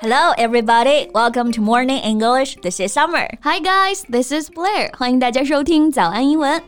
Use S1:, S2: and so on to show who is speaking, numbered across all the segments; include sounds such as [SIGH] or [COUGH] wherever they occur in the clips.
S1: Hello, everybody. Welcome to Morning English. This is Summer.
S2: Hi guys, this is Blair，欢迎大家收听早安英文。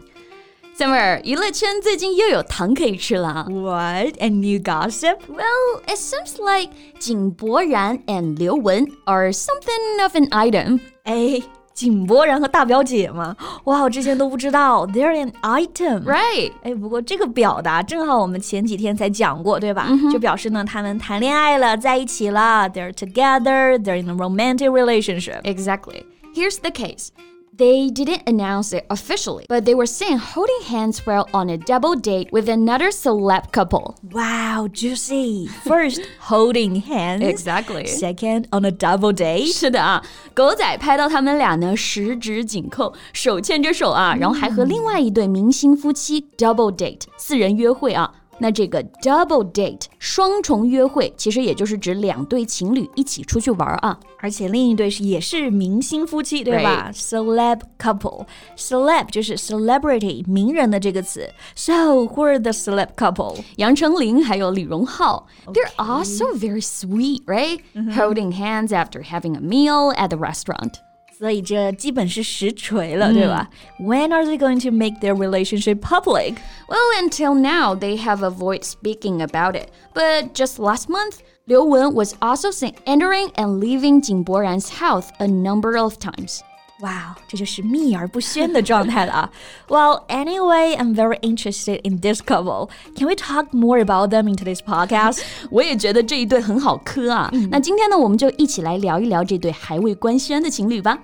S2: Summer，娱乐圈最近又有糖可以吃了啊。
S1: What? A new gossip?
S2: Well, it seems like 井柏然 and 刘雯 are something of an item。
S1: 哎，井柏然和大表姐嘛，哇，我之前都不知道。They're an item.
S2: Right？
S1: 哎，不过这个表达正好我们前几天才讲过，对吧就表示呢，他们谈恋爱了，在一起了，they're together, they're in a romantic relationship。
S2: Exactly. Here's the case. They didn't announce it officially, but they were seen holding hands while on a double date with another celeb couple.
S1: Wow, juicy! First, holding hands.
S2: Exactly.
S1: Second, on a double date.
S2: [LAUGHS] 是的啊，狗仔拍到他们俩呢，十指紧扣，手牵着手啊，然后还和另外一对明星夫妻 double date 四人约会啊。那这个 double date 双重约会，其实也就是指两对情侣一起出去玩啊。
S1: 而且另一对是也是明星夫妻，对吧？Celeb couple. Celeb 就是 celebrity 名人的这个词。So who are the celeb couple?
S2: 杨丞琳还有李荣浩 They're also very sweet, right? Holding hands after having a meal at the restaurant.
S1: 所以这基本是实锤了，对吧？When are they going to make their relationship public?
S2: Well, until now, they have avoided speaking about it. But just last month, Liu Wen was also seen entering and leaving Jing Boran's house a number of times.
S1: 哇，这就是秘而不宣的状态了啊。well, anyway, I'm very interested in this couple. Can we talk more about them in today's podcast?
S2: 我也觉得这一对很好磕啊。那今天呢，我们就一起来聊一聊这对还未官宣的情侣吧。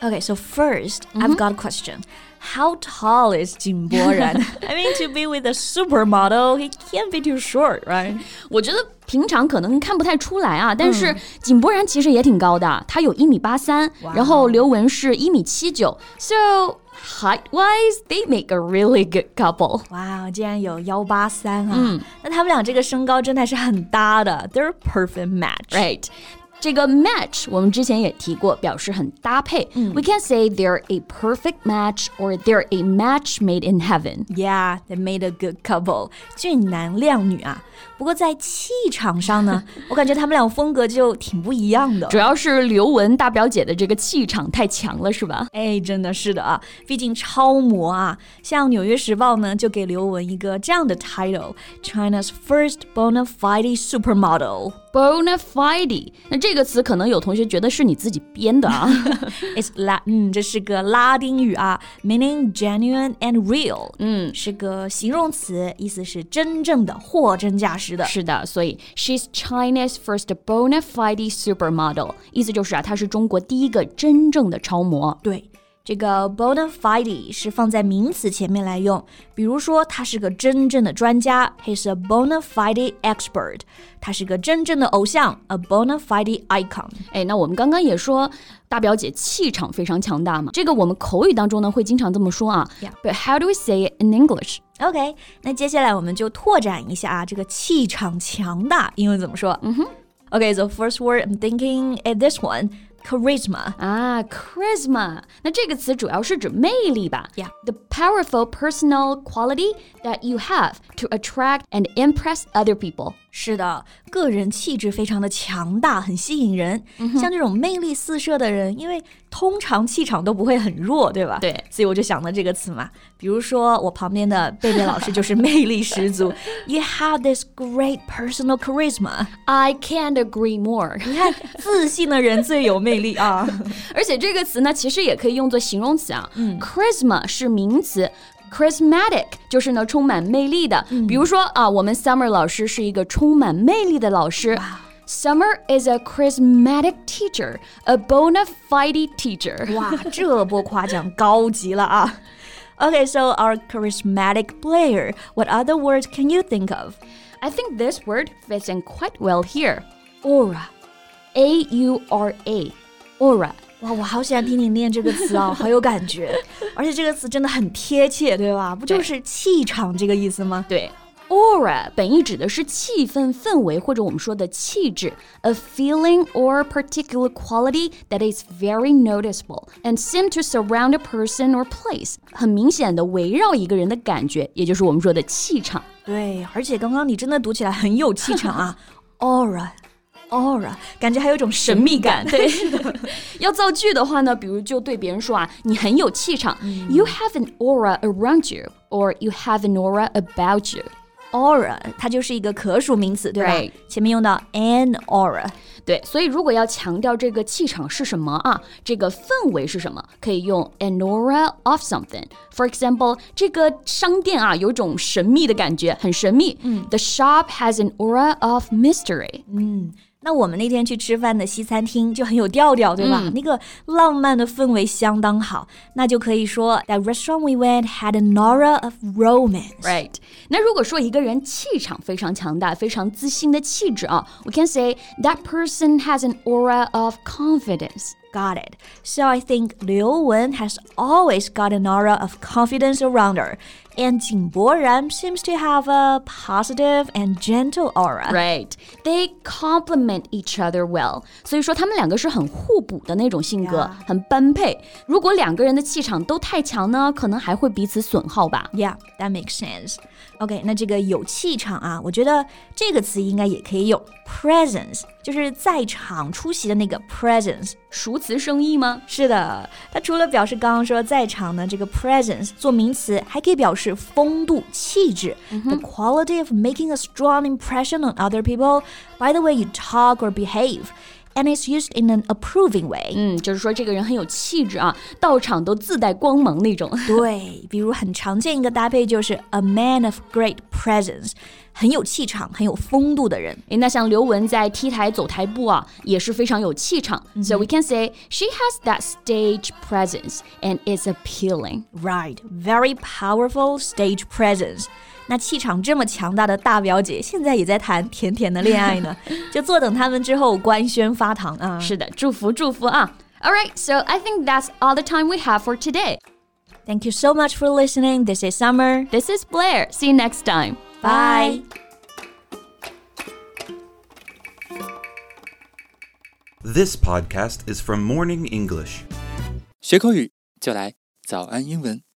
S1: Okay, so 1st i I've got a question. How tall is Jim [LAUGHS] Boran? I mean, to be with a supermodel, he can't be too short, right?
S2: 我觉得平常可能看不太出来啊，但是井柏然其实也挺高的，他有一米八三，然后刘雯是一米七九，so height wise they make a really good couple。
S1: 哇，竟然有幺八三啊！那他们俩这个身高真的是很搭的，They're a perfect match.
S2: Right. 这个 match 我们之前也提过，表示很搭配。We can say they're a perfect match or they're a match made in heaven。
S1: Yeah, they made a good couple. 俊男靓女啊，不过在气场上 [LAUGHS] 呢，我感觉他们俩风格就挺不一样的
S2: 主。要是刘雯大表姐的这个气场太强了，是吧？
S1: 哎，真的是的啊，毕竟超模啊，像《纽约时报》呢就给刘雯一个这样的 title：China's first bona fide supermodel。
S2: Bona fide，那这个词可能有同学觉得是你自己编的啊。 [LAUGHS]
S1: It's Latin，这是个拉丁语啊，meaning genuine and real，嗯，是个形容词，意思是真正的、货真价实的。
S2: 是的，所以 she's China's first bona fide supermodel，意思就是啊，她是中国第一个真正的超模。
S1: 对，这个 bona fide 是放在名词前面来用，比如说他是个真正的专家，he's a bona fide expert，他是个真正的偶像，a bona fide icon。
S2: 哎，那我们刚刚也说大表姐气场非常强大嘛，这个我们口语当中呢会经常这么说啊。
S1: Yeah.
S2: But how do we say it in English？
S1: OK，那接下来我们就拓展一下啊，这个气场强大英文怎么说？嗯哼。OK，the、first word I'm thinking is this one, charisma.
S2: 啊，charisma，那这个词主要是指魅力吧
S1: Yeah.
S2: The powerful personal quality that you have to attract and impress other people.
S1: 是的，个人气质非常的强大，很吸引人。像这种魅力四射的人，因为通常气场都不会很弱，对吧？
S2: 对
S1: 所以我就想到这个词嘛。比如说，我旁边的贝贝老师就是魅力十足，You have this great personal charisma。
S2: I can't agree more.
S1: 你看，自信的人最有魅力啊。
S2: 而且这个词呢，其实也可以用作形容词啊。charisma 是名词。Charismatic 就是呢充满魅力的，比如说啊，我们 Summer 老师是一个充满魅力的老师。Summer is a charismatic teacher, a bona fide teacher.
S1: 哇，这波夸奖高级了啊。Okay, so our charismatic player. What other words can you think of?
S2: I think this word fits in quite well here. Aura, A U R A, aura.
S1: 哇，我好喜欢听你念这个词啊，好有感觉，而且这个词真的很贴切，对吧？不就是气场这个意思吗？
S2: 对，aura 本意指的是气氛、氛围，或者我们说的气质，a feeling or particular quality that is very noticeable and seem to surround a person or place，很明显的围绕一个人的感觉，也就是我们说的气场。
S1: 对，而且刚刚你真的读起来很有气场啊，aura。 aura，感觉还有一种神
S2: 神
S1: 秘。
S2: 秘感。对， [LAUGHS] 要造句的话呢，比如就对别人说啊，你很有气场、y o u have an aura around you, or you have an aura about you。
S1: aura 它就是一个可数名词，对吧
S2: Right
S1: 前面用到 an aura，
S2: 对，所以如果要强调这个气场是什么啊，这个氛围是什么，可以用 an aura of something。For example，这个商店啊有种神秘的感觉，很神秘。嗯，The shop has an aura of mystery。
S1: 那我们那天去吃饭的西餐厅就很有调调，对吧？那个浪漫的氛围相当好，那就可以说 That restaurant we went had an aura of romance。
S2: Right. 那如果说一个人气场非常强大、非常自信的气质啊，we can say that person has an aura of confidence.
S1: Got it. So I think Liu Wen has always got an aura of confidence around her, and Jing Boran seems to have a positive and gentle [LAUGHS] aura.
S2: Right. They complement each other well. 所以说他们两个是很互补的那种性格
S1: Yeah.
S2: 很般配。如果两个人的气场都太强呢，可能还会彼此损耗吧。
S1: Yeah, that makes sense. OK，那这个有气场啊，我觉得这个词应该也可以用 presence，就是在场出席的那个 presence。
S2: 熟词生义吗？
S1: 是的，它除了表示刚刚说在场呢这个 presence 做名词，还可以表示风度、气质、The quality of making a strong impression on other people by the way you talk or behave, and it's used in an approving way.
S2: 嗯，就是说这个人很有气质啊，到场都自带光芒那种。
S1: [LAUGHS] 对，比如很常见一个搭配就是 a man of great presence，很有气场、很有风度的人。
S2: 诶，那像刘雯在 T 台走台步啊，也是非常有气场。So we can say she has that stage presence and is appealing.
S1: Right, very powerful stage presence. 那气场这么强大的大表姐，现在也在谈甜甜的恋爱呢，就坐等他们之后官宣发糖啊。
S2: 是的，祝福祝福啊。All right, so I think that's all the time we have for today.
S1: Thank you so much for listening. This is Summer.
S2: This is Blair. See you next time.
S1: Bye.
S3: This podcast is from Morning English.
S4: 学口语就来早安英文。